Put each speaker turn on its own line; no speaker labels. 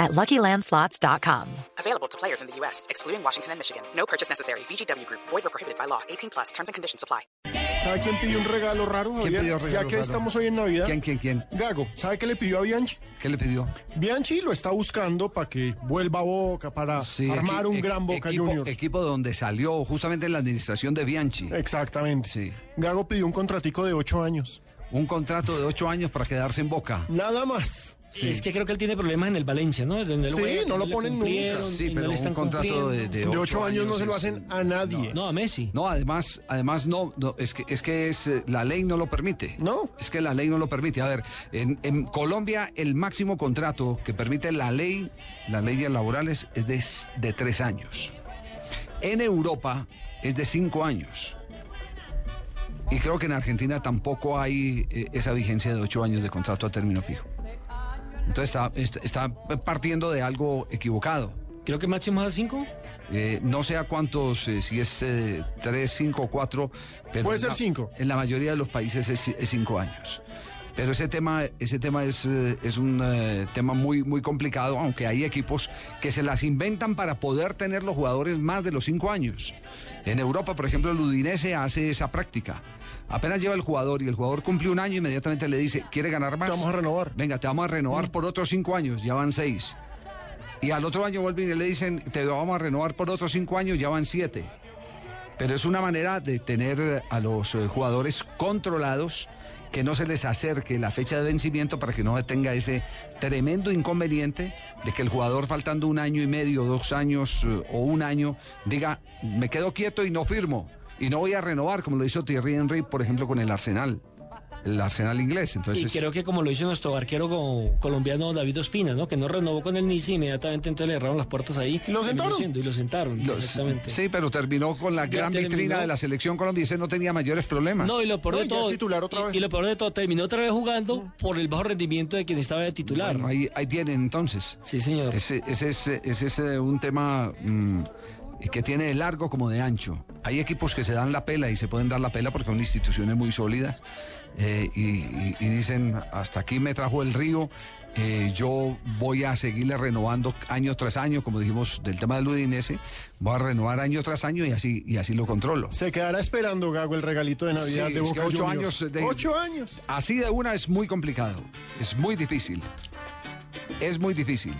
at luckylandslots.com.
Available to players in the U.S., excluding Washington and Michigan. No purchase necessary. VGW Group, void or prohibited by law. 18 plus terms and conditions apply.
¿Sabe quién pidió un regalo raro, Javier?
pidió regalo
ya que
raro?
estamos hoy en Navidad.
¿Quién, quién, quién?
Gago, ¿sabe qué le pidió a Bianchi?
¿Qué le pidió?
Bianchi lo está buscando para que vuelva a Boca, para Ah, armar
equi-
un
equ-
gran Boca
equipo,
Juniors.
Equipo donde salió justamente en la administración de Bianchi.
Exactamente.
Sí.
Gago pidió un contratico de ocho años.
Un contrato de ocho años para quedarse en Boca.
Nada más.
Es que creo que él tiene problemas en el Valencia, ¿no? Donde él
Sí,
juega, que
no lo
le
ponen nunca.
cumplieron
Sí,
y no
pero
le
un
están
contrato de,
cumpliendo.
de
De
ocho,
ocho años no se lo
es-
hacen a nadie.
No, a Messi.
No, además, además no, no, es que es que es eh, la ley no lo permite.
No.
Es que la ley no lo permite. A ver, en, en Colombia el máximo contrato que permite la ley, las leyes laborales, es de, s- de tres años. En Europa es de cinco años. Y creo que en Argentina tampoco hay eh, esa vigencia de ocho años de contrato a término fijo. Entonces está, está- está partiendo de algo equivocado.
Creo que máximo es a 5.
Eh, no sé a cuántos, eh, si es eh, tres, cinco, cuatro. Pero
Puede
en
ser
la-
cinco.
En la mayoría de los países es, es cinco años. Pero ese tema, ese tema es, eh, es un eh, tema muy, muy complicado, aunque hay equipos que se las inventan para poder tener los jugadores más de los cinco años. En Europa, por ejemplo, el Udinese hace esa práctica. Apenas lleva el jugador y el jugador cumple un año, inmediatamente le dice, ¿quiere ganar más?
Te vamos a renovar. Mm.
Venga, te vamos a renovar por otros cinco años, ya van seis. Y al otro año vuelven y le dicen, te vamos a renovar por otros cinco años, ya van siete. Pero es una manera de tener eh, a los eh, jugadores controlados, que no se les acerque la fecha de vencimiento para que no tenga ese tremendo inconveniente de que el jugador faltando un año y medio, dos años eh, o un año, diga, me quedo quieto y no firmo. Y no voy a renovar, como lo hizo Thierry Henry, por ejemplo, con el Arsenal. El Arsenal inglés. Entonces,
Y creo que como lo hizo nuestro arquero co- colombiano David Ospina, ¿no? Que no renovó con el Nice y inmediatamente entonces le erraron las puertas ahí.
¿Y lo
Terminó
sentaron?
siendo, Y lo sentaron,
Los-
exactamente.
Sí, pero terminó con la
Ya
gran
terminó.
vitrina de la selección Colombia y ese no tenía mayores problemas.
No, y lo peor
No,
de
y ya es
todo.
titular otra
y-
vez.
y lo peor de todo, terminó otra vez jugando por el bajo rendimiento de quien estaba de titular.
Bueno, ahí, ahí tienen entonces.
Sí, señor.
Ese, ese es, eh, ese es eh, un tema mm, que tiene de largo como de ancho. Hay equipos que se dan la pela y se pueden dar la pela porque son instituciones muy sólidas eh, y, y- y dicen, hasta aquí me trajo el río. eh, yo voy a seguirle renovando año tras año, como dijimos del tema del Udinese, voy a renovar año tras año y así y así lo controlo.
Se quedará esperando, Gago, el regalito de Navidad
Sí,
de
es
Boca
que ocho
Juniors.
años de-
Ocho años.
Así de una es muy complicado, es muy difícil. Es muy difícil.